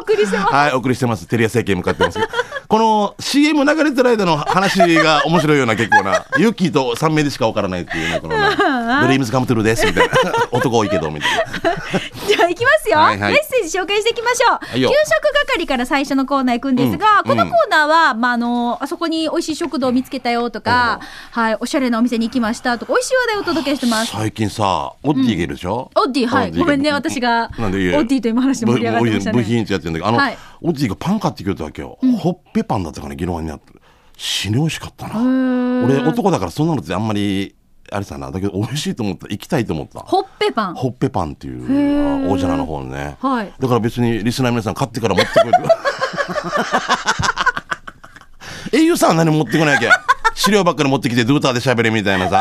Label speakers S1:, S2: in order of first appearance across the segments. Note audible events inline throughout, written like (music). S1: 送りしてます。
S2: はい、お送りしてます。テレ朝系向かってますけど。この CM 流れてる間の話が面白いような結構な、ユッキーと3名でしか分からないっていうね、このな、ドリームズカムトゥルーです、みたいな。男多いけど、みたいな。
S1: (laughs) じゃあ行きますよ、
S2: はいはい
S1: メッセージ紹介していきましょう、
S2: い
S1: 給
S2: よ
S1: 食係から最初のコーナー行くんですが、
S2: うん
S1: このコーナーは、まあ、あのあそこに美味しい食堂を見つけたよとか、はい、おしゃれなお店に行きましたとか美味しい話題をお届けしてます
S2: 最近さ、オッディがいるでしょ、
S1: オッディはい
S2: オが
S1: ごめんね私が
S2: なんでいえ
S1: オッディと今話で盛り上がってましたね
S2: 部部品ってやってるんだけど、あの、
S1: はい
S2: オッディがパン買ってくれたわけよ。ほっぺパンだったかな、議論になってる。死に美味しかったな。
S1: ー
S2: 俺、男だからそんなのってあんまり、あれさな、だけど美味しいと思った。行きたいと思った。
S1: ほっぺパン
S2: ほっぺパンっていう
S1: ー
S2: あ大皿の方のね、
S1: はい
S2: だから別にリスナーの皆さん買ってから持ってく (laughs) る英雄さんは何も持ってこないわけ資料ばっかり持ってきてドゥーターで喋れみたいなさ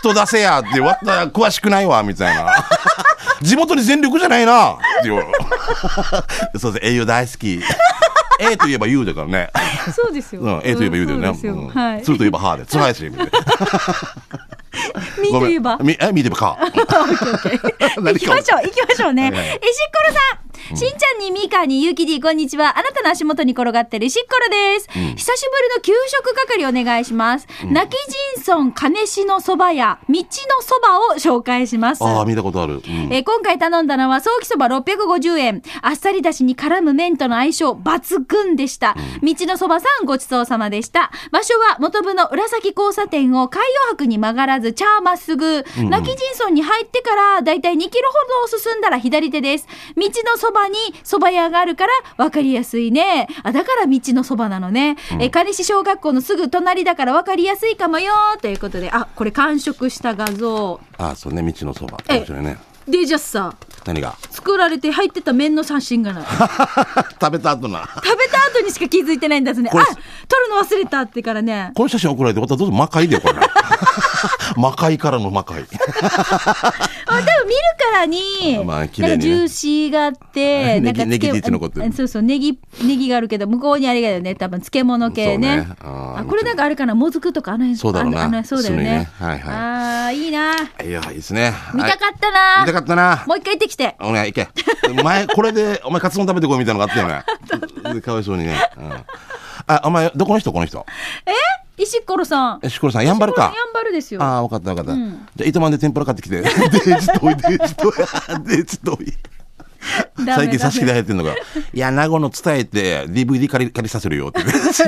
S2: 人出せやってわった詳しくないわみたいな地元に全力じゃないなっていうそうです英雄大好き A といえば U だからね、
S1: そうですよ、
S2: うん、A といえば U だよね、
S1: そうですよ
S2: うん
S1: はい
S2: つーといえばはでつら
S1: (laughs)
S2: いしみたいな
S1: 見
S2: ご
S1: とい
S2: め
S1: え
S2: ん
S1: ば
S2: みえ
S1: (laughs)
S2: 見てばか (laughs)
S1: 行きましょう、行きましょうね。
S2: は
S1: 石
S2: い
S1: こ
S2: はい
S1: ろさん、しんちゃんにみーかーにゆきディこんにちは。あなたの足元に転がってる石ころです。久しぶりの給食係お願いします。泣き人村金子のそば屋、道のそばを紹介します。
S2: ああ見たことある、うん
S1: えー今回頼んだのは、早期そば650円。あっさりだしに絡む麺との相性抜群でした。道のそばさんごちそうさまでした。場所は元部の浦崎交差点を海洋博に曲がらず、チャーまっすぐ。泣き人村に入ってから、だいたい2キロほど進んだら左手です。道のそばにそば屋があるから分かりやすいね。あ、だから道のそばなのね。えー、金市小学校のすぐ隣だから分かりやすいかもよ。ということで、あ、これ完食した画像。
S2: ああそうね道のそば
S1: ええ
S2: 面白いね
S1: で、じゃあさ、
S2: 何が (laughs)
S1: 作られて入ってた麺の写真がない食
S2: 食べた後な
S1: べた後にしか気づいてないんだすねあ
S2: これ
S1: 撮るの忘れたってからね
S2: この写真送られてまたどうぞ魔界でよこれ (laughs) 魔界からの魔界 (laughs)
S1: あでも見るからに,、
S2: まあ綺
S1: な
S2: 麗にね
S1: んかジューシーがあって、
S2: (laughs) ネギ
S1: なんかつけ
S2: ネギって残ってる
S1: あそうそうネギネギがあるけど向こうにあれだよね多分漬物系ね
S2: そうねあ
S1: あ
S2: ー
S1: これなんかあれかなもずくとかあの辺
S2: そうだろう
S1: あ
S2: な
S1: のあのそうだよね
S2: そうねはいはい
S1: あーいいない
S2: やいいですね
S1: 見たか
S2: っ
S1: ったな、
S2: 見たかったな
S1: もう一回行ってきて
S2: お願い行け前これでお前カツ丼食べてこいみたいなのがあったよねかわいそうにね、うん、あお前どこの人この人
S1: 石ころさん
S2: えしころさんやんばるか
S1: 石ころやんばるですよ
S2: ああ分かった分かった、じゃあ糸満で天ぷら買ってきて (laughs) デージ遠いデージ遠いデージ遠い
S1: ダメ
S2: 最近
S1: ダメ
S2: 差し切り流行ってんのが「いや名護の伝えて DVD 借り借りさせる
S1: (laughs)
S2: よ」って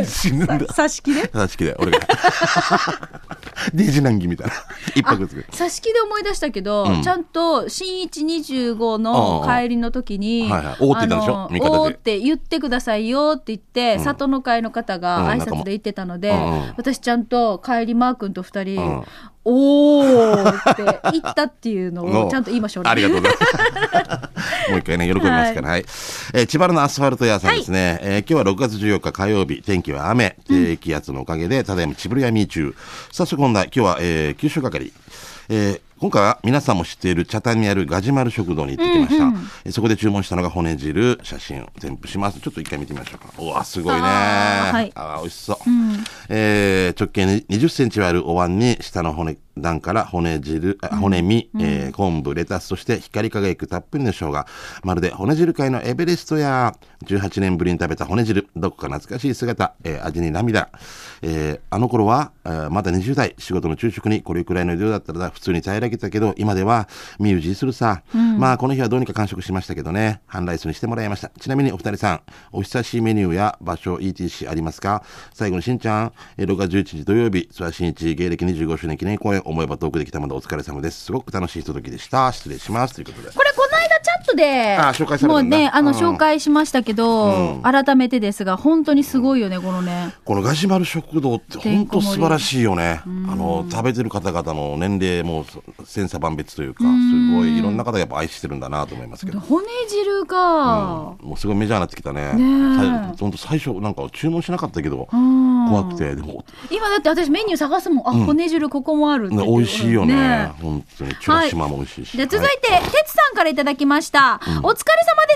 S2: 死ぬんだ
S1: さし木で
S2: 正しきだよ、俺
S1: (laughs)
S2: が。デージ難儀みたいな。一泊つく。
S1: 挿し木で思い出したけど、ちゃんと新一25の
S2: ああ
S1: 帰りの時に「
S2: はいはいおーって言ったんでしょ
S1: あの
S2: 味方で
S1: おーって言ってくださいよって言って、里の会の方
S2: うん
S1: が挨
S2: 仲
S1: 拶
S2: 間
S1: で言ってたので、
S2: うんうん
S1: 私ちゃんと帰りマー君と2人、
S2: うん
S1: おーって言ったっていう
S2: (laughs)
S1: のをちゃんと言いましょう、
S2: ありがとうございま
S1: (laughs)
S2: す。もう一回ね、喜びますから。はい。えー千葉のアスファルト屋さんですね。えー今日は6月14日火曜日、天気は雨、低気圧のおかげで、ただいまちぶりやみ中。早速本題、今日は、えー九州係。えー今回は皆さんも知っている茶谷にあるガジマル食堂に行ってきました、えーそこで注文したのが骨汁写真を添付しますちょっと一回見てみましょうかうわすごいね
S1: あーはい
S2: あー美味しそう、えー直径に20センチはあるお椀に下の骨段から骨汁あ骨身、えー昆布レタスそして光り輝くたっぷりの生姜まるで骨汁界のエベレストや18年ぶりに食べた骨汁どこか懐かしい姿、えー味に涙、えーあの頃は、えーまだ20代仕事の昼食にこれくらいの量だったら普通に平らげてたけど今では身内するさ、まあこの日はどうにか完食しましたけどね半ライスにしてもらいましたちなみにお二人さんお久しいメニューや場所 ETC ありますか最後にしんちゃんえー6月11日土曜日諏訪新一芸歴25周年記念公演思えば遠くできたまでお疲れ様ですすごく楽しいひとときでした失礼しますということで
S1: これこの間チャットで
S2: あ紹介され
S1: も
S2: た
S1: うん
S2: だ
S1: ねあの
S2: うん
S1: 紹介しましたけど、改めてですが本当にすごいよねこのね
S2: このガジュマル食堂って本当素晴らしいよね。あの食べてる方々の年齢も千差万別というか、すごいいろんな方がやっぱ愛してるんだなと思いますけど。
S1: 骨汁が、
S2: もうすごいメジャーになってきたね。
S1: ねえ
S2: さい本当最初なんか注文しなかったけど
S1: ん
S2: 怖くてでも
S1: 今だって私メニュー探すもんあ、骨汁ここもあるって
S2: ね美味しいよね。本当にチュラシマも美味しいし。
S1: じゃあ続い
S2: はい
S1: て、てつさんからいただきました。お疲れ様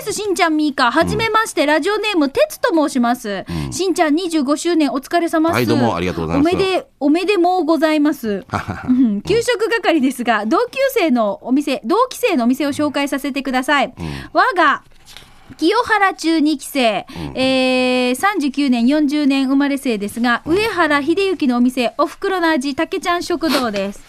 S1: です、しんちゃんみーか。はじめまして、ラジオネーム、てつと申します。しんちゃん25周年お疲れ様です。
S2: はいどうもありがとうございます
S1: おめで、おめでもうございます。うん給食係ですが、同級生のお店、同期生のお店を紹介させてください。我が、清原中2期生、えー、39年、40年生まれ生ですが、上原秀幸のお店、おふくろの味、たけちゃん食堂です。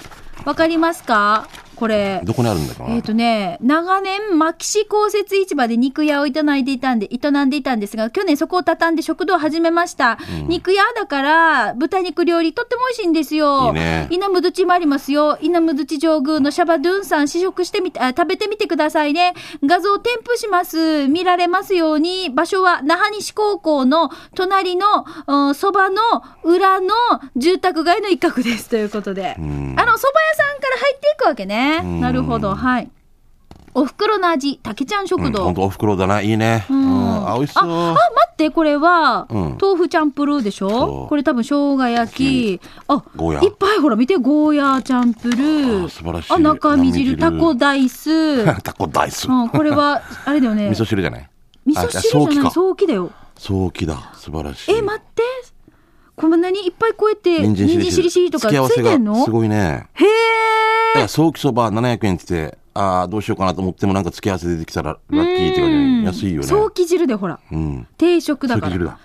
S1: わかりますかこれ。
S2: どこにあるんだかな、
S1: えっ、とね、長年、牧師公設市場で肉屋を営んでいたんで、営んでいたんですが、去年そこを畳んで食堂を始めました。肉屋だから、豚肉料理とっても美味しいんですよ。
S2: いいね
S1: 稲むどちもありますよ。稲むどち上宮のシャバドゥンさん試食してみて、あ食べてみてくださいね。画像添付します。見られますように。場所は那覇西高校の隣の、うんそばの裏の住宅街の一角です。ということで。
S2: うん
S1: あの、蕎麦屋さんから入っていくわけね。
S2: ん
S1: なるほど、はい。お袋の味、竹ちゃん食
S2: うん、ほ
S1: 堂。
S2: んとお袋だな。いいね。うんん。あ、美味しそう。
S1: あ、待って、これは、
S2: うん
S1: 豆腐チャンプルーでし
S2: そ
S1: ょ
S2: う
S1: これ多分生姜焼き。あ、
S2: ゴーヤ
S1: いっぱいほら見て、ゴーヤーチャンプル
S2: あ
S1: ー。
S2: 素晴らしい
S1: あ、中身汁、タ
S2: 中身汁
S1: コダイ
S2: (laughs)
S1: ス。う
S2: タコ大好き。
S1: ん、これは、あれだよね
S2: 味。噌汁じゃない
S1: 味噌
S2: あ
S1: 汁じゃない、
S2: 早期か。
S1: 早期だよ。
S2: 早期だ。素晴らしい。
S1: え、待って。こんなにいっぱいこうやって、人
S2: 人参
S1: 参し
S2: しりしり
S1: りしりとかつ
S2: 付け合わ
S1: い
S2: せが
S1: てんの
S2: すごいね。
S1: へー
S2: だから早期そば700円って言って、ああ、どうしようかなと思ってもなんか付け合わせ出てきたらラッキーって感じ
S1: う
S2: で
S1: ん
S2: 安いよね。
S1: 早期汁でほら。
S2: うん。
S1: 定食だから。
S2: 昼だ。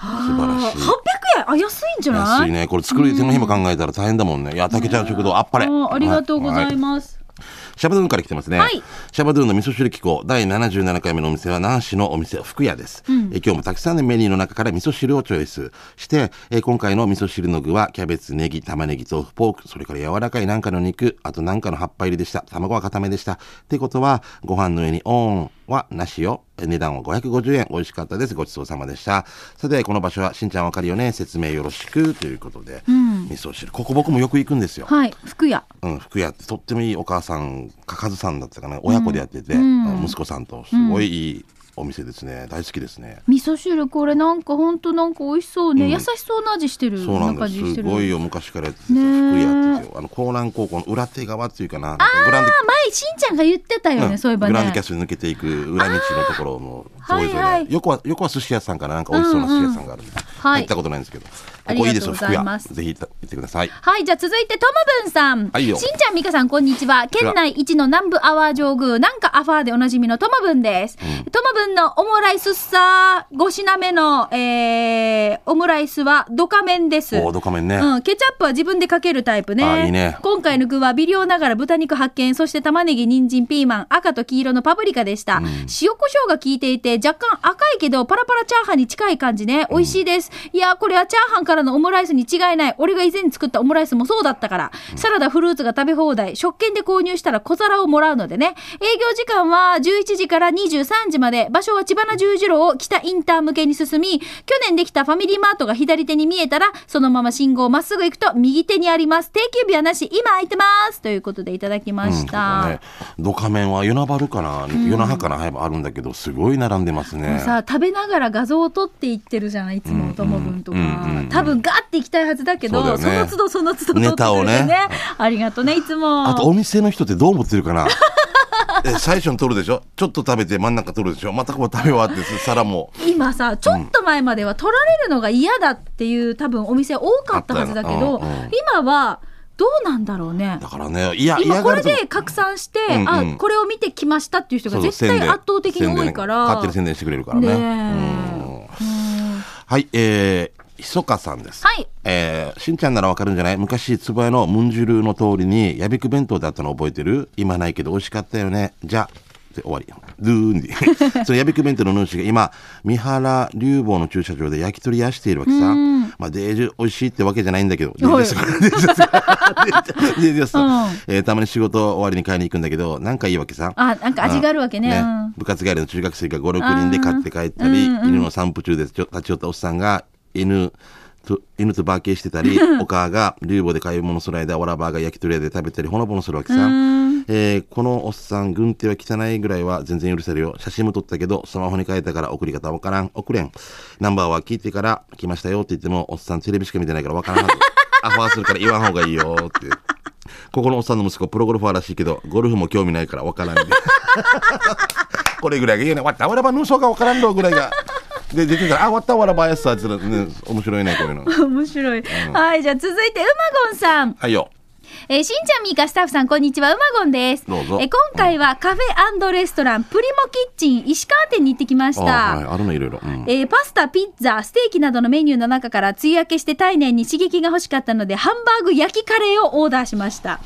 S2: 素晴らしい
S1: 800円あ、安いんじゃない
S2: 安いね。これ作る手の暇考えたら大変だもんね。いや、竹ちゃん食堂、あっぱれ。
S1: あありがとうござ
S2: はい
S1: ます。
S2: シャバドゥンから来てますね。
S1: はい
S2: シャバドゥンの味噌汁機構第77回目のお店は南市のお店福屋です、え。今日もたくさんのメニューの中から味噌汁をチョイスして、え今回の味噌汁の具はキャベツ、ネギ、玉ねぎ、豆腐、ポーク、それから柔らかいなんかの肉、あとなんかの葉っぱ入りでした。卵は固めでした。ってことは、ご飯の上にオンはなしよ。え値段は550円。美味しかったです。ごちそうさまでした。さて、この場所はしんちゃんわかるよね。説明よろしく。ということで、味噌汁。ここ僕もよく行くんですよ。
S1: はい、福屋。
S2: うん、服屋ってとってもいいお母さんかかずさんだったかな親子でやってて、あの息子さんとすごいいいお店ですね、大好きですね、
S1: 味噌汁これなんか本当なんか美味しそうね、優しそうな味してる
S2: そうなん
S1: 中
S2: で
S1: 地し
S2: す
S1: て
S2: す
S1: る
S2: ごい
S1: よ
S2: よ昔からやっててさ
S1: ねえ
S2: 服屋っててあの江南高校の裏手側っていうかなグラン
S1: あ前しんちゃんが言ってたよね、
S2: うん
S1: そういえば
S2: グラン
S1: ね
S2: ドキャストに抜けていく裏道のところの
S1: あー
S2: 沿い沿いで
S1: はいはい
S2: 横は横は寿司屋さんからなんか美味しそうな寿司屋さんがあるんで、
S1: はい
S2: 行ったことないんですけど、
S1: あ
S2: こ
S1: り
S2: こいい
S1: が
S2: で
S1: と
S2: す
S1: うご
S2: よ服
S1: ざい
S2: 屋
S1: ます
S2: ぜひ行った行ってください
S1: はい、じゃあ続いてトムブンさん。
S2: はいよ
S1: しんちゃん、みかさん、こんにちは。県内一の南部アワー上宮、なんかアファーでおなじみのトムブンです。トムブンのオムライスさー、5品目の、えー、オムライスはドカ麺です。
S2: おードカメンね、
S1: うん、ケチャップは自分でかけるタイプね。
S2: あいいね
S1: 今回の具は微量ながら豚肉発見、そして玉ねぎ、人参、ピーマン、赤と黄色のパプリカでした。塩コショウが効いていて、若干赤いけど、パラパラチャーハンに近い感じね。美味しいです。いやー、これはチャーハンからのオムライスに違いない。俺が以前作ったオムライスもそうだったから。サラダ、フルーツが食べ放題。食券で購入したら小皿をもらうのでね。営業時間は11時から23時まで、場所は千葉の十字路を北インター向けに進み、去年できたファミリーマートが左手に見えたら、そのまま信号をまっすぐ行くと右手にあります。定休日はなし、今空いてます。ということでいただきま
S2: うん
S1: した。
S2: そうね、ドカメンは夜なばるかな、夜なはかなはいあるんだけどすごい並んでますね
S1: さ食べながら画像を撮っていってるじゃんいつもとも分とか、
S2: うんうんうん
S1: 多分ガーって行きたいはずだけどそ
S2: そうだよ
S1: の
S2: ね
S1: 都度その都度撮ってくれて
S2: ネタをね
S1: ありがとうねいつも
S2: あとお店の人ってどう思ってるか (laughs) なえ最初に取るでしょちょっと食べて真ん中取るでしょまたこう食べ終わって皿も
S1: 今さちょっと前までは取られるのが嫌だっていう多分お店多かったはずだけど、
S2: あったようんうん
S1: 今はどうなんだろうね
S2: だからねいや
S1: 今
S2: 嫌
S1: こ
S2: が
S1: れ
S2: ると
S1: で拡散して、
S2: んうん
S1: あこれを見てきましたっていう人が
S2: そうそう
S1: 絶対
S2: 宣伝
S1: 圧倒的に多いから
S2: 宣伝勝手に宣伝してくれるからね
S1: ねえ
S2: うんはいえー、ひそかさんです
S1: はい
S2: えーしんちゃんならわかるんじゃない昔、つばやのムンジュルの通りに、やびく弁当だったの覚えてる今ないけど美味しかったよね。じゃ、で終わり。ドゥーン
S1: (laughs)
S2: で。そのやびく弁当の主が今、三原竜坊の駐車場で焼き鳥屋しているわけさ。まあ、デージュ美味しいってわけじゃないんだけど、デージュですからデージュですからデージュデージュで
S1: (laughs)
S2: す
S1: うん
S2: えーたまに仕事終わりに買いに行くんだけど、なんかいいわけさ。
S1: あなんか味があるわけねうん
S2: 部活帰りの中学生が5、6人で買って帰ったり、犬の散歩中で立ち寄ったおっさんが犬と、犬とバーケーしてたり、お母が竜坊で買い物する間、オラバーが焼き鳥屋で食べたり、ほのぼのするわけさ。えーこのおっさん、軍手は汚いぐらいは全然許せるよ。写真も撮ったけど、スマホに変えたから送り方わからん。送れん。ナンバーは聞いてから来ましたよって言っても、おっさんテレビしか見てないからわからんはず。アファーするから言わん方がいいよって。ここのおっさんの息子、プロゴルファーらしいけど、ゴルフも興味ないからわからんで。これぐらいがいいよね。わったわらばの嘘がわからんのぐらいが。で、出てたら、あ、わったわらばやす
S1: (laughs)
S2: さって言ったらね、面白いね、こういうの。
S1: 面白い、はいじゃあ続いてうまごんさん
S2: はいよ。
S1: えーしんちゃんみーかスタッフさんこんにちはうまごんです
S2: どうぞ
S1: えー今回はカフェレストランプリモキッチン石川店に行ってきまし
S2: あ
S1: た、
S2: はい、あるねいろいろ、うん
S1: えーパスタ、ピッツァ、ステーキなどのメニューの中から、梅雨明けして体年に刺激が欲しかったので、ハンバーグ焼きカレーをオーダーしました。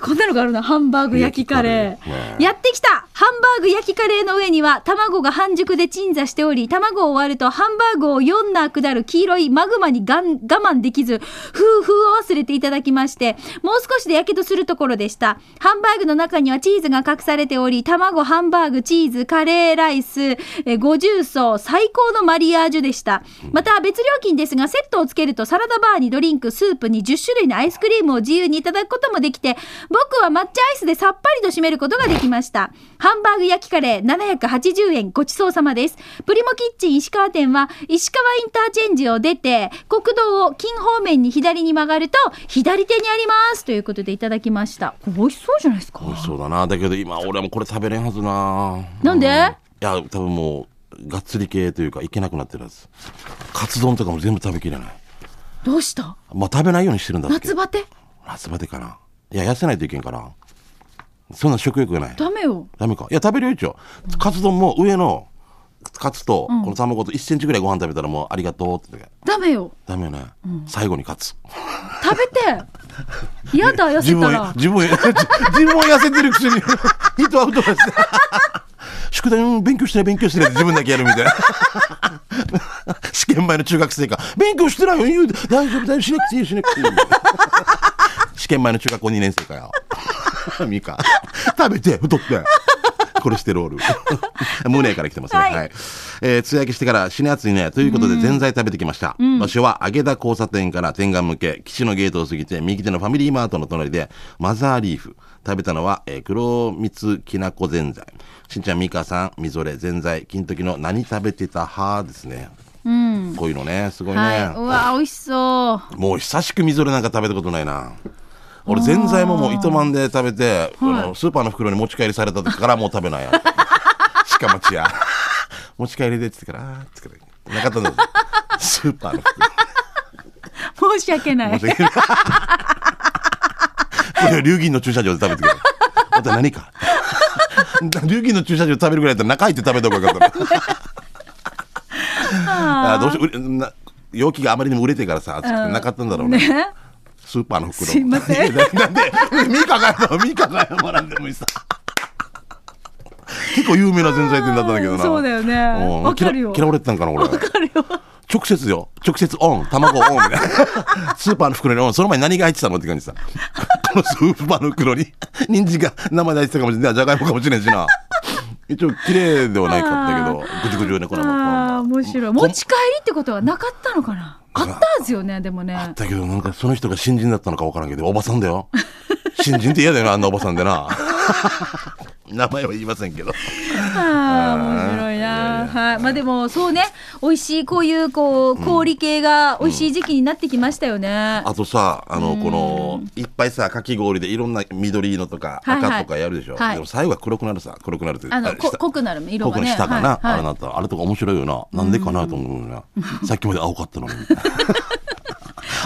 S1: こんなのがあるな、ハンバーグ焼きカレー。
S2: 焼きカレーね
S1: やってきたハンバーグ焼きカレーの上には、卵が半熟で鎮座しており、卵を割るとハンバーグを4な下る黄色いマグマにがん我慢できず、ふうふうを忘れていただきまして、もう少しで火傷するところでした。ハンバーグの中にはチーズが隠されており、卵、ハンバーグ、チーズ、カレーライス、えー五重層、最高のマリアージュでした。また別料金ですが、セットをつけるとサラダバーにドリンク、スープに10種類のアイスクリームを自由にいただくこともできて、僕は抹茶アイスでさっぱりと締めることができました。ハンバーグ焼きカレー780円ごちそうさまです。プリモキッチン石川店は石川インターチェンジを出て、国道を金方面に左に曲がると、左手にあります。ということでいただきました。これ美味しそうじゃないですか。
S2: 美味しそうだなだけど今俺もこれ食べれんはずな
S1: なんで
S2: ういや多分もうがっつり系というかいけなくなってるやつカツ丼とかも全部食べきれない
S1: どうした
S2: まあ食べないようにしてるんだっけ
S1: 夏バテ
S2: 夏バテかないや痩せないといけんからそんな食欲がない
S1: ダメよ。
S2: ダメかいや食べるよ一応カツ丼も上のカツとこの卵と1センチぐらいご飯食べたらもうありがとうって
S1: ダメよ。
S2: ダメよね、最後にカツ
S1: 食べて。やだ、痩せ
S2: 自
S1: た
S2: 分
S1: ら。
S2: 自分自分痩せてるくせに (laughs) 人アウトだし (laughs) 宿題うん勉強してない勉強してないって自分だけやるみたいな (laughs) 試験前の中学生が勉強してないよ言うて大丈夫大丈夫しなくていいしなくていい試験前の中学校2年生かよ (laughs) ミカ食べて太ってコレステロール (laughs) 胸から来てますね
S1: はい
S2: はいえー、つやけしてから死ぬやつにねということでぜんざい食べてきました、場所は揚田交差点から天眼向け基地のゲートを過ぎて右手のファミリーマートの隣でマザーリーフ食べたのは、えー、黒蜜きなこぜんざいしんちゃんみかさんみぞれぜんざい金時の何食べてたはですね
S1: うん。
S2: こういうのねすごいね、
S1: はい。うわ、美味しそう。
S2: もう久しくみぞれなんか食べたことないな。俺、ぜんざいももう糸満で食べて、あのスーパーの袋に持ち帰りされた時からもう食べ (laughs) ないや。しかもちや。持ち帰りでって言ってから、あーって言ってから、なかったんだよ。スーパーの袋。
S1: 申し訳ない。
S2: 申し訳ない。これ、龍銀の駐車場で食べてくれ。また何か。龍銀の駐車場で食べるぐらいだったら中入って食べた方がよかったな。 (laughs) あーどうしよううれな容器があまりにも売れてからさ、暑くてなかったんだろうね。
S1: ね。
S2: スーパーの袋。
S1: すいません
S2: いやなんで、ミカがやミカが謝らんでもいいさ。結構有名な全菜店だったんだけどな。
S1: そうだよね
S2: うん
S1: わかるよ
S2: 嫌嫌われてたんかな、俺。
S1: わかるよ。
S2: 直接よ。直接オン。卵オン。みたいな。スーパーの袋にオン。その前に何が入ってたのって感じさ。このスーパーの袋に、人参が生で入ってたかもしれない。じゃがいもかもしれんしな。一応、綺麗ではないかったけど、ぐちゅぐちゅよね、この
S1: ああ、面白い。持ち帰りってことはなかったのかなあったはずよね、でも
S2: あっ
S1: ね。
S2: たけど、なんかその人が新人だったのか分からんけど、おばさん
S1: (laughs)
S2: だよ。新人って嫌だよな、あんなおばさんでな。名前は言いませんけど。
S1: ああ、面白いな。はい。まあでも、そうね、美味しい、こういう、こう、氷系が美味しい時期になってきましたよね。
S2: あとさ、あの、この、いっぱいさ、かき氷でいろんな緑色とか
S1: はいはい
S2: 赤とかやるでしょ。
S1: はい
S2: でも最後は黒くなるさ、黒くなるって。
S1: あの、こ
S2: 下
S1: 濃くなる色
S2: 濃
S1: が
S2: く
S1: ね。
S2: したかな、
S1: はい
S2: あれなったら。あれとか面白いよな。なんでかなと思うよな。さっきまで青かったのに。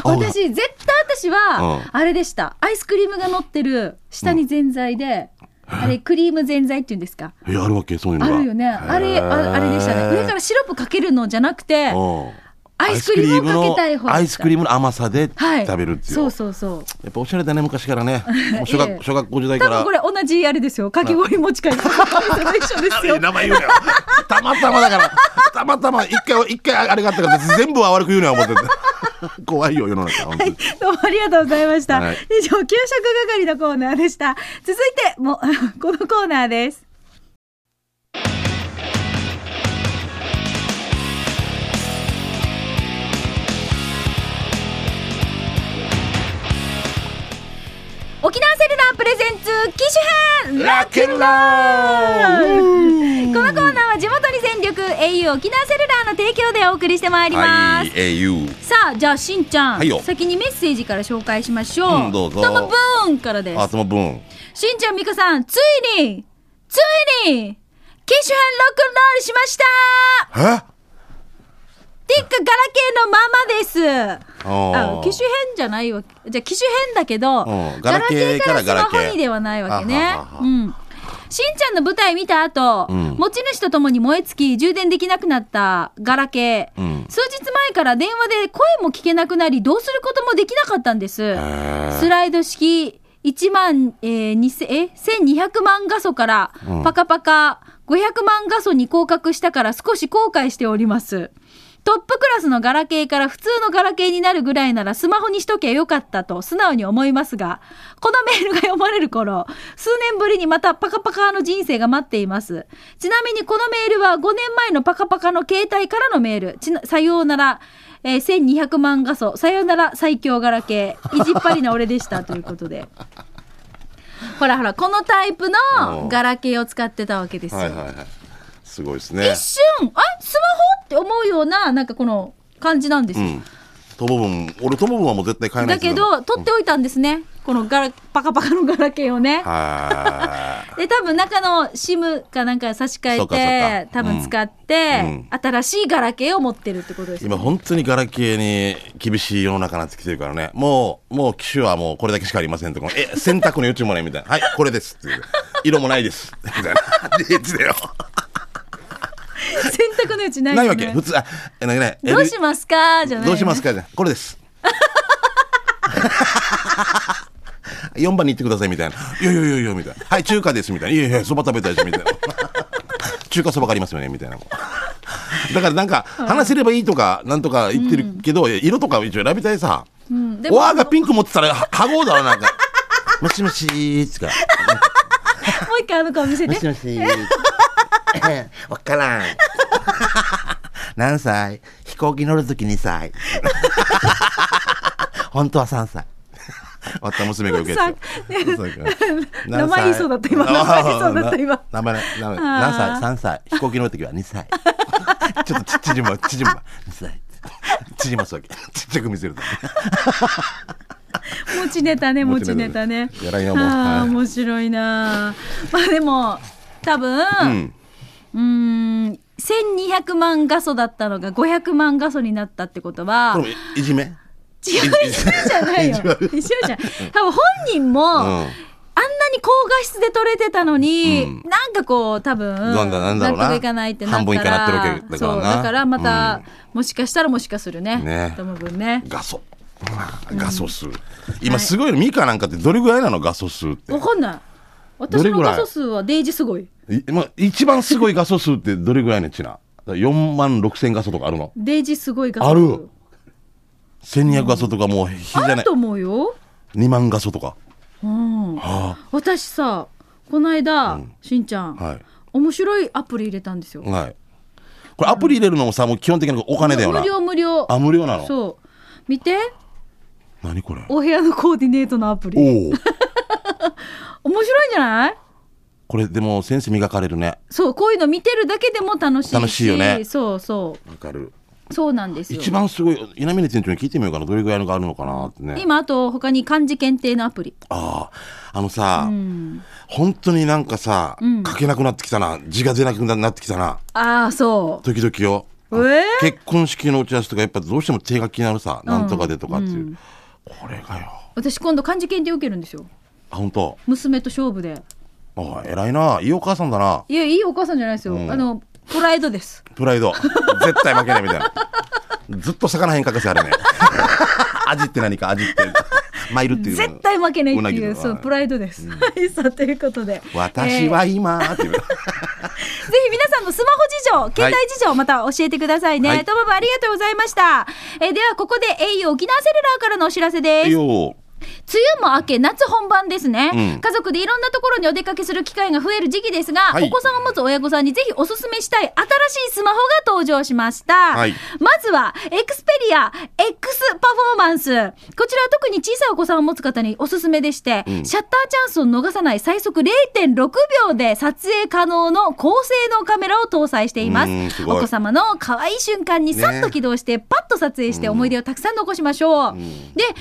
S2: 青が
S1: 私、絶対私は、あれでした。アイスクリームが乗ってる、下にぜんざいで、あれ、クリームぜんざいって言うんですか。
S2: え、あるわけそういうの
S1: あ
S2: が。
S1: るよね。あれ、ああれでしたね。上からシロップかけるのじゃなくて、
S2: うん
S1: アイスクリームをかけたい方でした
S2: アイスクリームの甘さで
S1: はい。
S2: 食べるっていう。
S1: そうそうそう。
S2: やっぱおしゃれだね、昔か
S1: (laughs)
S2: らね。もう小
S1: ええ
S2: 学、小学校時代か
S1: 多分
S2: ら
S1: こ。れ同じあれですよ。かき氷持ち
S2: (laughs)
S1: 帰り。一緒ですよ。
S2: 名前言うなよ。たまたまだから。たまたま、一回、一回あれがあったから、全部は悪く言うのは思って (laughs) て。怖いよ、世の中。本当に
S1: (laughs) どうもありがとうございました。
S2: はい
S1: 以上、給食係のコーナーでした。続いて、もう、 (laughs) このコーナーです。沖縄セルラープレゼンツ機種編
S2: ラッキンロー
S1: このコーナーは地元に全力 au 沖縄セルラーの提供でお送りしてまいります、
S2: はい、au。
S1: さあじゃあしんちゃん、
S2: はいよ
S1: 先にメッセージから紹介しましょう,、
S2: うんどうぞ
S1: トムブーンからで
S2: あ、
S1: す
S2: その分。
S1: しんちゃんみかさんついについに機種編ロックンロールしました
S2: え
S1: ティックガラケーのままですあ
S2: お
S1: 機
S2: ー
S1: 種変じゃないわけじゃあ機種変だけど
S2: うん
S1: ガラケーからス
S2: ガ
S1: マ
S2: ラケーからガ
S1: ホ
S2: ラケー
S1: にではないわけね
S2: あははは
S1: うんしんちゃんの舞台見た後、
S2: うん
S1: 持ち主と共に燃え尽き充電できなくなったガラケー、
S2: うん
S1: 数日前から電話で声も聞けなくなりどうすることもできなかったんです
S2: へー
S1: スライド式1万、えー、2000え1200万画素から
S2: うん
S1: パカパカ500万画素に降格したから少し後悔しております。トップクラスのガラケーから普通のガラケーになるぐらいならスマホにしときゃよかったと素直に思いますが、このメールが読まれる頃、数年ぶりにまたパカパカの人生が待っています。ちなみにこのメールは5年前のパカパカの携帯からのメール、ちなさようなら、えー1200万画素、さよなら最強ガラケ
S2: (laughs)
S1: ー、意地っ張りな俺でしたということで。ほらほら、このタイプのガラケーを使ってたわけですよ。
S2: はいはいはいすごいです
S1: 一
S2: ね
S1: 瞬、あスマホって思うような、なんかこの感じなんです
S2: う
S1: よ。
S2: んトモブン俺トモブンはもう絶対買えない
S1: だ
S2: です
S1: け
S2: よ
S1: ど、取っておいたんですね。このガラ、パカパカの (laughs) ガラケーをね。
S2: は
S1: で、多分中の SIM かなんか差し替
S2: そうかそう
S1: えて
S2: か、
S1: 多分使って、
S2: うん
S1: 新しいガラケーを持ってるってことです
S2: い
S1: よ (laughs)
S2: 今本当にガラケーに厳しい世の中になってきてるからねもうもう機種はもうこれだけしかありませんとかえ洗濯の余地もないみたいなはいこれですっていう色もないですみたいな (laughs) デーチだよ
S1: 洗濯のうちないよね
S2: ないわけ普通あえないない
S1: どうしますかじゃないよね
S2: どうしますかじゃあこ
S1: (laughs)
S2: れです。4番に行ってくださいみたいな。いやいやいやいやみたいな。はい、中華ですみたいな。いやいや、そば食べたいしみたいな。中華そばがありますよねみたいな。だからなんか、話せればいいとか、なんとか言ってるけど、いや色とか一応選びたいさ。
S1: うんで
S2: お
S1: も、
S2: わ
S1: もう
S2: ーがピンク持ってたら、は (laughs) はごうだろ、なんか。もしもしーっつうか。
S1: 一回あの顔見せ
S2: も
S1: て。
S2: しもしー。わからん。何歳飛行機乗るとき2歳。 (laughs) 本当は3歳。わった娘が受けてた。
S1: (laughs) 名前言いそうだった今名前言いそうだった今
S2: 名前、名前、
S1: あー
S2: 何歳 ?3 歳。飛行機乗るときは2歳。
S1: (laughs)
S2: ちょっとち縮む、縮む。2歳。縮ますわけ。ちっちゃく見せると。
S1: 持ちネタね、持
S2: 持
S1: ち
S2: ち
S1: ネ
S2: ネ
S1: タ
S2: タ
S1: ね
S2: ね。やらんよもう
S1: ああ、
S2: はい
S1: 面白いな。まあでも、多
S2: う
S1: 分、
S2: ん。
S1: うーん、1200万画素だったのが500万画素になったってことは
S2: こ、れもいじめ
S1: 違う、一緒じゃない
S2: (laughs)
S1: よ
S2: 意地。悪
S1: 一緒じゃん。多分本人も、
S2: ん
S1: あんなに高画質で撮れてたのに、なんかこう、多分、
S2: んだなんだろうな
S1: 納得いかないってなったら
S2: 半分以下なってるわけだから
S1: そう、
S2: な
S1: だからまた、もしかしたらもしかするね。
S2: ね
S1: ともぶんね。
S2: 画素。画素数。今すごいの、ミカなんかってどれぐらいなの画素数って
S1: わ。かんない。
S2: ど
S1: 私
S2: れ
S1: の
S2: ぐらい
S1: 画素数はデイジすごい。
S2: いまあ、一番すごい画素数ってどれぐらいのちな4万6千画素とかあるの
S1: デイジすごい画素数。
S2: ある1200画素とかもう日
S1: あ
S2: じゃな
S1: る
S2: い
S1: と思うよ。
S2: 2万画素とか
S1: うん。
S2: は
S1: 私さ、この間、しんちゃん、
S2: あはい
S1: 面白いアプリ入れたんですよ。
S2: はいこれアプリ入れるのもさもう基本的にお金だよな
S1: 無料無料。
S2: あ無料なの
S1: そう。見て、
S2: 何これ
S1: お部屋のコーディネートのアプリ。面
S2: おお
S1: 白いんじゃない
S2: これでもセンス磨かれるね
S1: そう、こういうの見てるだけでも楽しいし。
S2: 楽しいよね
S1: そうそ
S2: わかる
S1: う。そうなんですよ。
S2: 一番すごい稲峰店長に聞いてみようかなどれぐらいのがあるのかなってね
S1: 今、あと、他に漢字検定のアプリ。
S2: あああのさ、
S1: うん。
S2: 本当になんかさ、
S1: ん
S2: 書けなくなってきたな字が出なくなってきたな
S1: ああ、そ
S2: 時々よ
S1: う。ええ
S2: 結婚式の打ち合わせとかやっぱどうしても手書きになるさ、
S1: ん
S2: なんとかでとかっていう、
S1: うん
S2: これがよ
S1: 私、今度漢字検定受けるんですよ。
S2: あ本当
S1: 娘と勝負で。
S2: あ偉いないいお母さんだない
S1: や、いいお母さんじゃないですよ。
S2: うん
S1: あの、プライドです。
S2: プライド絶対負けないみたいなずっと魚へんか (laughs) かせあれね味って何か味ってマイルっていう
S1: 絶対負けないって
S2: うなぎ
S1: いう、
S2: の
S1: そう、
S2: はい
S1: プライドです。はい、さあ、ということで。
S2: 私は今っていう、
S1: ぜひ皆さんもスマホ事情、携帯事情、また教えてくださいね。
S2: はい
S1: トムブありがとうございました。えーでは、ここで au 沖縄セルラーからのお知らせです。
S2: いいよ
S1: 梅雨も明け夏本番ですね、
S2: うん
S1: 家族でいろんなところにお出かけする機会が増える時期ですが、
S2: はい
S1: お子さんを持つ親御さんにぜひおすすめしたい新しいスマホが登場しました、
S2: はい
S1: まずはエクスペリア X パフォーマンスこちらは特に小さいお子さんを持つ方におすすめでして、
S2: ん
S1: シャッターチャンスを逃さない最速0.6秒で撮影可能の高性能カメラを搭載しています
S2: うんすごい
S1: お子様の可愛い瞬間にさっと起動して、パッと撮影して思い出をたくさん残しましょう、で家族旅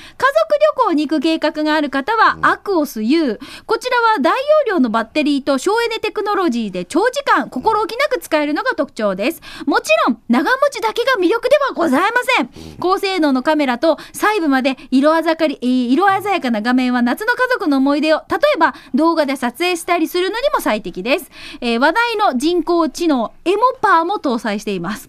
S1: 行に行くく計画がある方は、アクオス U。こちらは大容量のバッテリーと省エネテクノロジーで長時間心置きなく使えるのが特徴です。もちろん、長持ちだけが魅力ではございません。高性能のカメラと細部まで色鮮かり、えー色鮮やかな画面は夏の家族の思い出を、例えば動画で撮影したりするのにも最適です。えー話題の人工知能、エモパーも搭載しています。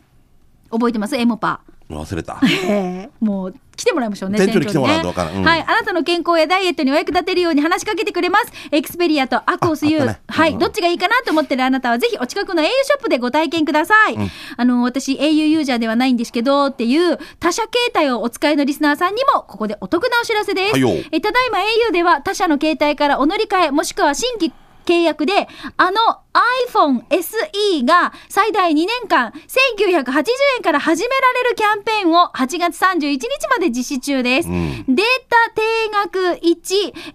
S1: 覚えてますエモパー。
S2: 忘れた。
S1: (laughs) もう来てもらいましょうね。
S2: 店長に来てもらわん
S1: ね
S2: とわからんうん
S1: はい、あなたの健康やダイエットにお役立てるように話しかけてくれます。エクスペリアとアクオス U、
S2: ああったね
S1: は
S2: うんう
S1: い、
S2: ん
S1: どっちがいいかなと思ってるあなたはぜひお近くの au ショップでご体験ください。あの私 au ユーザーではないんですけどっていう他社携帯をお使いのリスナーさんにもここでお得なお知らせです。
S2: はいよ
S1: えただいま au では他社の携帯からお乗り換えもしくは新規契約であの iPhone SE が最大2年間1980円から始められるキャンペーンを8月31日まで実施中です、
S2: うん
S1: データ定額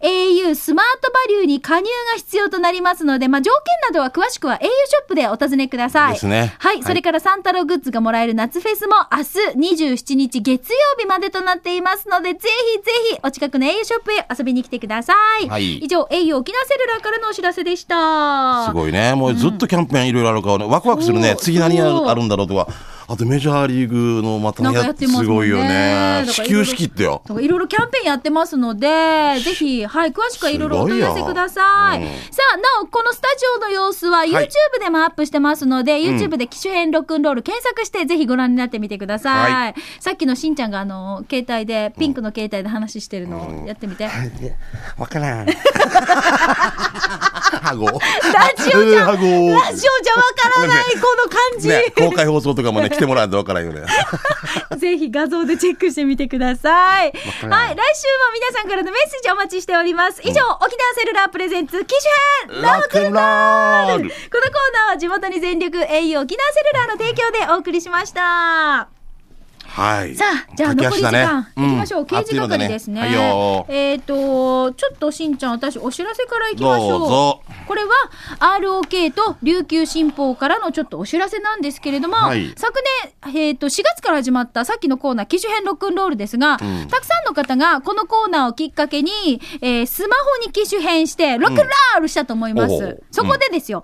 S1: 1 au スマートバリューに加入が必要となりますので、まあ、条件などは詳しくは au ショップでお尋ねください
S2: ですね
S1: はい、
S2: はい
S1: それからサンタログッズがもらえる夏フェスも明日27日月曜日までとなっていますのでぜひぜひお近くの au ショップへ遊びに来てください、
S2: はい
S1: 以上 au 沖縄セルラーからのお知らせでした
S2: すごいね。もうずっとキャンペーンいろいろあるからね、ワクワクする
S1: そ
S2: ね
S1: う。
S2: 次何
S1: そう
S2: があるんだろうとか。あとメジャーリーグのまた
S1: なん
S2: ね、
S1: かやってますもんね
S2: ごいよね。
S1: だか
S2: 始
S1: らいろいろ
S2: 球式ってよ。
S1: いろいろキャンペーンやってますので、ぜひ、はい、詳しくはいろいろお問い合わせください。
S2: すごいようん
S1: さあ、なお、このスタジオの様子は YouTube でもアップしてますので、YouTube で機種編ロックンロール検索して、ぜひご覧になってみてください。
S2: は
S1: さっきのしんちゃんが、あの、携帯で、ピンクの携帯で話してるのをやってみて。
S2: わからん。ハゴ。ラ
S1: ジオじゃんラジオじゃわか
S2: ハゴ。
S1: らない、この感じ。
S2: ね、公開放送とかもね、来てもらわんとわからん
S1: (laughs)
S2: よね。
S1: ぜひ画像でチェックしてみてください。はい、来週も
S2: からない
S1: 皆さんからのメッセージお待ちしております。以上、沖縄セルラープレゼンツ、機種編ロッ
S2: ラ
S1: ク
S2: ク
S1: ンロー
S2: ン
S1: ル
S2: ロール。
S1: このコーナーは地元に全力 au 沖縄セルラーの提供でお送りしました。
S2: はい。
S1: さあ、じゃあ残り時
S2: 駆け足だ
S1: 間、
S2: ね
S1: 行きましょう。刑事係ですね。えっ、と、ちょっとしんちゃん、私お知らせから行きましょう。
S2: どうぞ
S1: これは ROK と琉球新報からのちょっとお知らせなんですけれども、
S2: はい
S1: 昨年、えー、と4月から始まったさっきのコーナー、機種編ロックンロールですが、たくさんの方がこのコーナーをきっかけに、えースマホに機種編して、ロックンロールしたと思います。
S2: うんおう
S1: そこでですよ、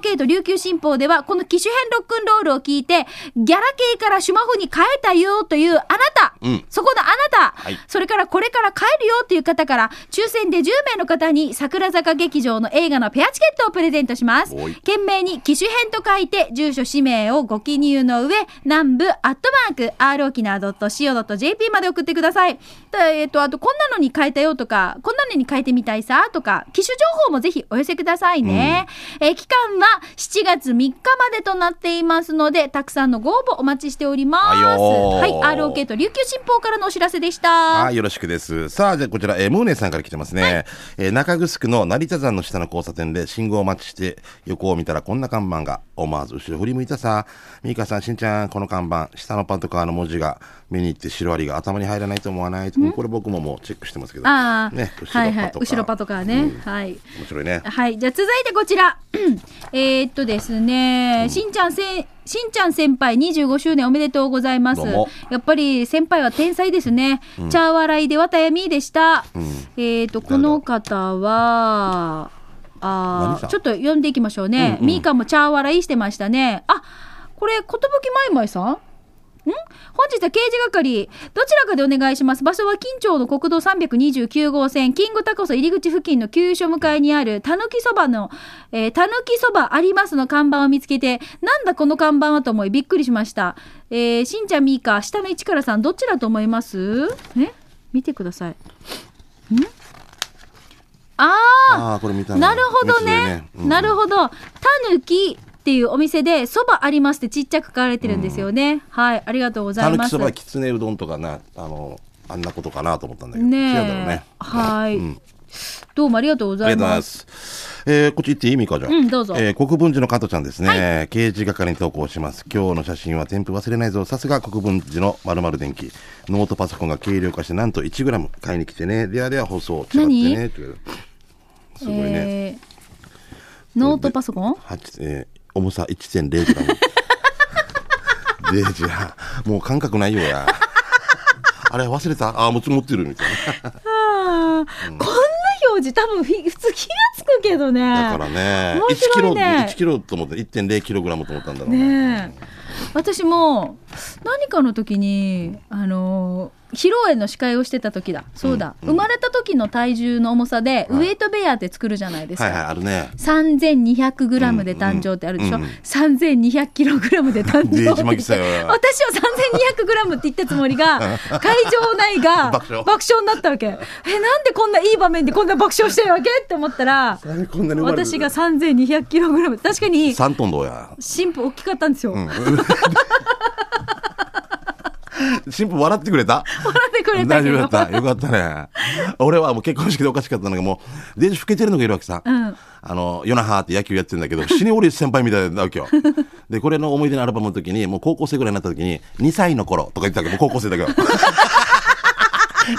S1: ROK と琉球新報では、この機種編ロックンロールを聞いて、ギャラ系からスマホに変えたよというあなた、
S2: うん
S1: そこのあなた、
S2: はい
S1: それからこれから帰るよっていう方から、抽選で10名の方に桜坂劇場の映画のペアチケットをプレゼントします。
S2: おい
S1: 懸命に機種編と書いて、住所、氏名をご記入の上、南部アットマーク、r 沖縄 .co.jp まで送ってください。たえっ、と、あと、こんなのに変えたよとか、こんなのに変えてみたいさとか、機種情報もぜひお寄せくださいね。えー期間は7月3日までとなっていますので、たくさんのご応募お待ちしております。
S2: はいよ
S1: はい、
S2: ー
S1: ROK と琉球新報からのお知らせでした。
S2: はい、よろしくです。さあ、じゃあこちら、えー、ムーネさんから来てますね。えー中城の成田山の下の交差点で信号待ちして、横を見たらこんな看板が、思わず後ろ振り向いたさ。ミカさん、しんちゃん、この看板、下のパトカーの文字が目に行ってシロアリが頭に入らないと思わない。もうこれ僕ももうチェックしてますけど。
S1: ああ、
S2: ね、
S1: はいはい、後
S2: 後
S1: ろ
S2: ろ
S1: パ
S2: パ
S1: ト
S2: トカー。
S1: カーね、はい。
S2: 面白いね。
S1: はい、じゃあ続いてこちら。 (clears throat) えーっとですね、しんちゃんせん、しんちゃん先輩25周年おめでとうございます
S2: どうも。
S1: やっぱり先輩は天才ですね。茶笑いで綿やみでした。えーっと、この方は、あ
S2: 何
S1: ー
S2: さん
S1: ちょっと読んでいきましょうね。みーかも茶笑いしてましたね。あ、これ、ことぶきまいまいさんん本日は刑事係、どちらかでお願いします。場所は近町の国道329号線、キングタコス入り口付近の急所向かいにある、たぬきそばの、えーたぬきそばありますの看板を見つけて、なんだこの看板はと思いびっくりしました。えー、しんちゃんみーか、下の市からさん、どっちだと思いますえ見てください。んあー
S2: ああ、これ見た
S1: なるほどね。なる
S2: ほ
S1: ほど。たぬきっていうお店で、そばありますってちっちゃく書かれてるんですよね。はい、ありがとうござ
S2: た
S1: い
S2: ぬ
S1: ま
S2: き
S1: す。
S2: そば、きつねうどんとかな、あの、あんなことかなと思ったんだけど。違うんだろう
S1: ね
S2: ね
S1: え。。はい、
S2: ん
S1: どうもありがとうご
S2: あ
S1: ざ
S2: り
S1: い
S2: がとうご
S1: ま。
S2: ざいますす。えー、こっち行っていいみかじゃん。
S1: うんどうぞ
S2: えー国分寺の加藤ちゃんですね。刑事係に投稿します。今日の写真は添付忘れないぞ。さすが国分寺の〇〇電機。ノートパソコンが軽量化して、なんと1グラム買いに来てね。ではでは放送。違ってね。っていうすごいね。
S1: えーノートパソコン
S2: 八えー重さ1.0グラム。 (laughs) デージや。 (laughs) もう感覚ないよや。あれ忘れたあー、もう持ってるみたいな。
S1: あな、こんな表示多分ひ普通気がつくけどね
S2: だからね、
S1: 面
S2: 1キ
S1: 白
S2: ロ、
S1: いね
S2: 1キロと思って、1.0キログラムと思ったんだろうね。
S1: ねえ私も何かの時にあの披露宴の司会をしてた時だそうだ、
S2: うん
S1: 生まれた時の体重の重さで、
S2: はい
S1: ウエイトベアって作るじゃないですか、
S2: はいはい、あるね。
S1: 3200グラムで誕生ってあるでしょ、
S2: うんうん
S1: 3200キログラムで誕
S2: デ
S1: 生
S2: ージ巻きしたよ
S1: 私は3200グラムって言ったつもり
S2: (laughs)
S1: が会場内が
S2: 爆笑
S1: 爆笑になったわけえなんでこんないい場面でこんな爆笑してるわけって思ったら
S2: なんでこんなに生まれる
S1: 私が3200キログラム確かに
S2: 3トンどうや。
S1: 進歩大きかったんですよ、
S2: うん。 (laughs) 新婦笑ってくれた
S1: 笑ってくれた
S2: 大
S1: け
S2: 丈夫
S1: ど
S2: だった。よかったね。俺はもう結婚式でおかしかったのが、もう、デージ老けてるのがいるわけさ。
S1: うん
S2: あの、ヨナハーって野球やってるんだけど、死に俺先輩みたいな
S1: (laughs)
S2: わけよ。で、これの思い出のアルバムの時に、もう高校生ぐらいになった時に、2歳の頃とか言ってたけど、高校生だけど。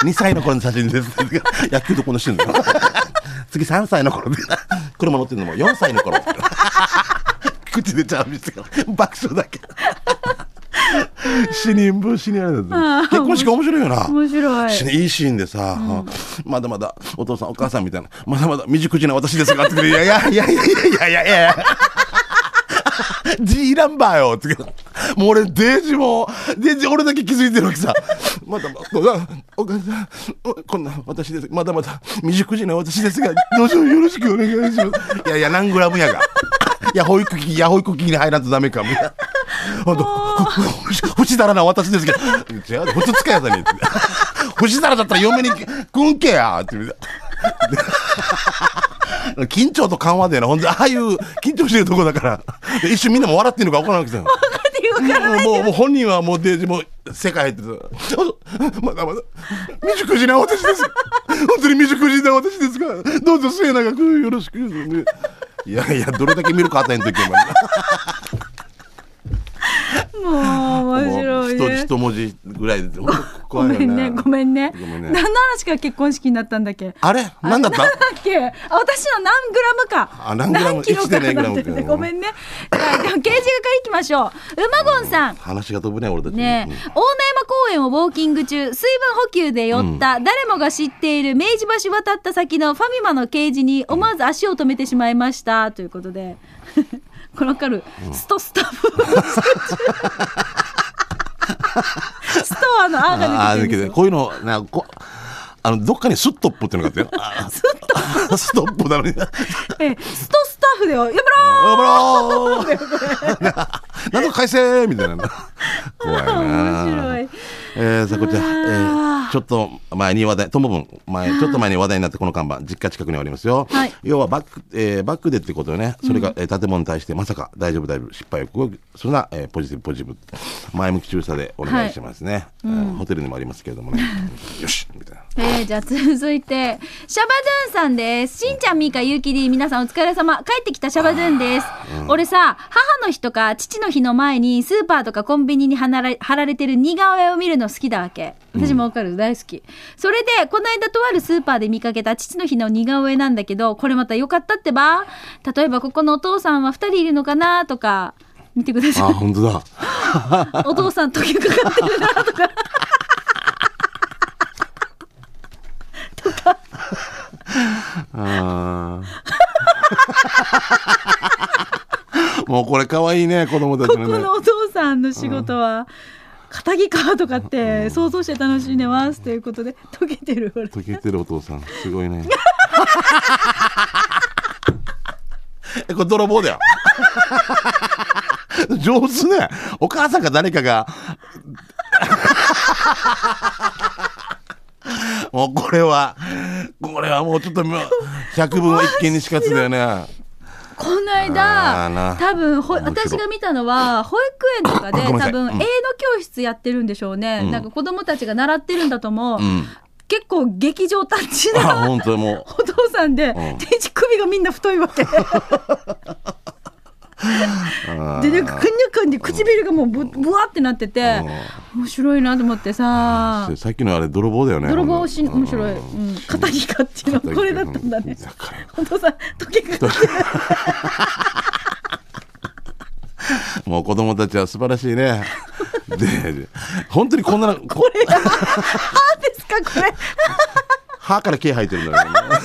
S2: 2歳の頃の写真です。 (laughs) 野球とこんなしてんだよ。 (laughs) 次3歳の頃で、車乗ってるのも4歳の頃。口でちゃうみつが爆笑
S1: (laughs)
S2: だけど。死人分死にあれだって結婚式面白いよな。
S1: 面白い
S2: しいいシーンでさ、まだまだお父さんお母さんみたいな、まだまだ未熟な私ですがって言っていやいやいやいやいやいやいやいや。G ナンバーよって言うからもう俺、デージも、デージ俺だけ気づいてるわけさ。まだまだ、お母さん、おこんな私です。まだまだ未熟児の私ですが、どうぞよろしくお願いします。いやいや、何グラムやが。いや、保育器、いや、保育器に入らんとダメか、みたいな。ほんと、星だらな私ですけど、違う、星つかやさに。星だらだったら嫁にくんけやって言うて。緊張と緩和でな、ほんと、ああいう緊張してるとこだから、で一瞬みんなも笑ってるのか分からなくて。
S1: っていうから
S2: もう、もう本人はもうデージもう世界入っててまだまだ、未熟人な私です。本当に未熟人な私ですから、どうぞ末永くよろしく。いやいや、どれだけ見るか与えんといけない。
S1: もう面
S2: も
S1: 白
S2: う
S1: い
S2: 一人
S1: ね
S2: 一文字ぐらいで、本当
S1: ご
S2: 怖い
S1: め
S2: よね。
S1: んねごめんね
S2: ごめんね
S1: 何の話から結婚式になったんだっけ
S2: あれなん
S1: な
S2: だっ
S1: ん
S2: た
S1: だっけあ私の何グラムか
S2: あ何グラム
S1: キロか
S2: 生きてない
S1: な
S2: グ
S1: って
S2: ラム
S1: てごめんねじゃあじゃあ刑事係行きましょう馬ゴンさん
S2: 話が飛ぶね、俺たち。
S1: ねえ、
S2: うん
S1: 大名山公園をウォーキング中水分補給で寄った、誰もが知っている明治橋渡った先のファミマのケージに思わず足を止めてしまいました、ということで (laughs) このわかる、ストスタブ (laughs) ストアの「あ」
S2: あ
S1: が
S2: あ
S1: 出て
S2: だ
S1: くるん
S2: けど
S1: ですよ
S2: こういうのなこあのどっかにスットップっていうのがあってあスットストップなのに
S1: ええストスタッフだよやめろ
S2: (laughs) あブロー (laughs) なんとか返せみたいな (laughs) 怖いな
S1: 面白い
S2: えー、さあこちら、え
S1: あ
S2: ー、ちょっと前に話題ともぶん前ちょっと前に話題になったこの看板実家近くにありますよ、
S1: はい
S2: 要はバック、えー、バックでってことよねそれが、えー建物に対してまさか大丈夫大丈夫失敗をここそんな、えーポジティブポジティブ前向き中さでお願いしますね、えーホテルにもありますけれどもねよしみたいな
S1: えー、じゃあ続いて、シャバドゥンさんです。しんちゃん、みーか、ゆうきり、皆さんお疲れ様。帰ってきたシャバドゥンです。俺さ、母の日とか父の日の前にスーパーとかコンビニに貼られ貼られてる似顔絵を見るの好きだわけ。私もわかる、大好き。それで、この間とあるスーパーで見かけた父の日の似顔絵なんだけど、これまた良かったってば。例えば、ここのお父さんは2人いるのかなとか、見てください
S2: あ。本当だ
S1: お父さん時計かかってるなとか。とか。
S2: あー (laughs) もうこれ可愛いね子供たち
S1: こ
S2: の
S1: こ
S2: ね
S1: のお父さんの仕事は肩着かとかって想像して楽しんでますということで溶けてる俺
S2: 溶けてるお父さんすごいね (laughs) えこれ泥棒だよ (laughs) 上手ねお母さんか誰かが (laughs) もうこれはこれはもうちょっともう百聞は一見にしかずだよね
S1: この
S2: あー
S1: 間
S2: な
S1: 多分ほ
S2: 面白い
S1: 私が見たのは保育園とかで
S2: ごめんな
S1: 多
S2: さい
S1: 分
S2: う
S1: 英
S2: ん
S1: 語教室やってるんでしょうね、
S2: うん
S1: なんか子供たちが習ってるんだと思う、
S2: うん
S1: 結構劇場タッチ
S2: あ
S1: な
S2: 本当に
S1: お
S2: も
S1: 父さんで、
S2: ん
S1: で首がみんな太いわ
S2: (laughs)
S1: けで
S2: うあ
S1: ね
S2: ー
S1: くにゃくにゃ唇がもうぶぶわってなってて面白いなと思ってさ
S2: さっきのあれ泥棒だよね
S1: 泥棒し
S2: うん
S1: 面白い、うん、肩着かっていうのこれだったんだね
S2: から
S1: 本当さ時計かかってる
S2: もう子供たちは素晴らしいね。で、本当にこんなの、こ
S1: あですかこれ
S2: 歯から毛生えてるんだからね。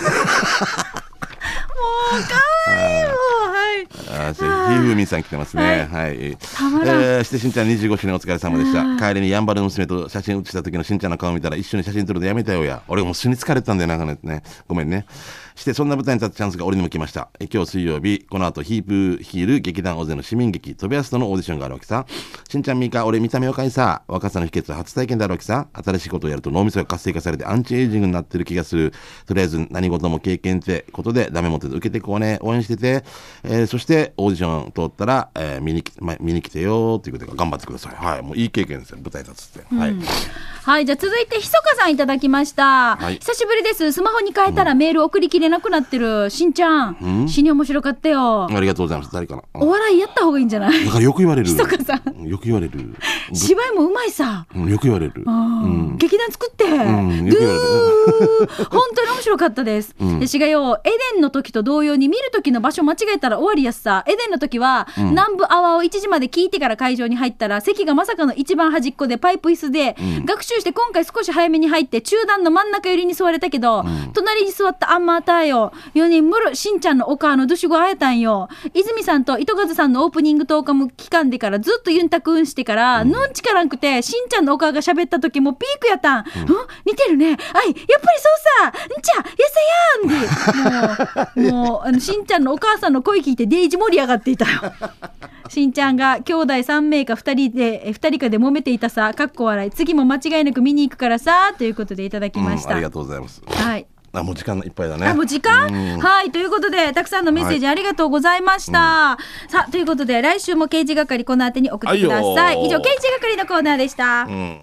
S1: はい。
S2: あーひふみんさん来てますね。はい。
S1: たまらん
S2: えーしてしんちゃん25周年お疲れ様でした。帰りにやんばるの娘と写真写した時のしんちゃんの顔見たら一緒に写真撮るのやめたよや。俺もう死に疲れてたんだよな、なんかね。ごめんね。してそんな舞台に立つチャンスが俺にも来ました。え今日水曜日、この後ヒープヒール劇団大勢の市民劇、飛びすとのオーディションがあるわけさ。しんちゃんみーか、俺見た目を変えさ。若さの秘訣は初体験だろうきさ。新しいことをやると脳みそが活性化されてアンチエイジングになってる気がする。とりあえず何事も経験ってことでダメ元で受けてこうね。応援してて。えーそしてオーディション通ったら、えー見に来ま見に来てよーっていうことで頑張ってください。はい。もういい経験ですよ。舞台立つって。はい。
S1: はい、じゃあ続いて、ひそかさんいただきました。
S2: はい
S1: 久しぶりです。スマホに変えたらメール送りきれなくなってる。しんちゃん、死に面白かったよ。
S2: ありがとうございます。誰かな。
S1: お笑いやった方がいいんじゃない
S2: だからよく言われる。
S1: ひそかさ
S2: ん。よく言われる。
S1: 芝居もうまいさ。
S2: うんよく言われる。
S1: うん劇団作って、ド
S2: ん
S1: ゥ
S2: よく言われ
S1: ー (laughs) 本当に面白かったです。で、しがよ、エデンの時と同様に見る時の場所間違えたら終わりやすさ。エデンの時は、南部アワーを1時まで聞いてから会場に入ったら、席がまさかの一番端っこでパイプ椅子で、学習して今回少し早めに入って、中段の真ん中寄りに座れたけど、隣に座ったアンマーターよ。4人ムル、しんちゃんのお母のドゥシュゴ会えたんよ。泉さんと糸数さんのオープニング投下も期間でからずっとユンタクンしてから、のんちからんくて、しんちゃんのお母が喋った時もピークやったん。ん似てるね。あい、やっぱりそうさ。んちゃ、やさや
S2: (laughs)
S1: んで。もう、もう、あの、しんちゃんのお母さんの声聞いてデイジ盛り上がっていたよ。しんちゃんが兄弟3名か2人で、え2人かで揉めていたさ。かっこ笑い。次も間違いなく見に行くからさ。ということでいただき
S2: うん
S1: ました。
S2: ありがとうございます。
S1: はい。
S2: あ、もう時間いっぱいだね。
S1: あ、もう時間はい。ということで、たくさんのメッセージありがとうございました。さあ、ということで、来週も刑事係この宛てに送ってくだ
S2: は
S1: さ
S2: い
S1: い。
S2: よー
S1: 以上、刑事係のコーナーでした。
S2: うん。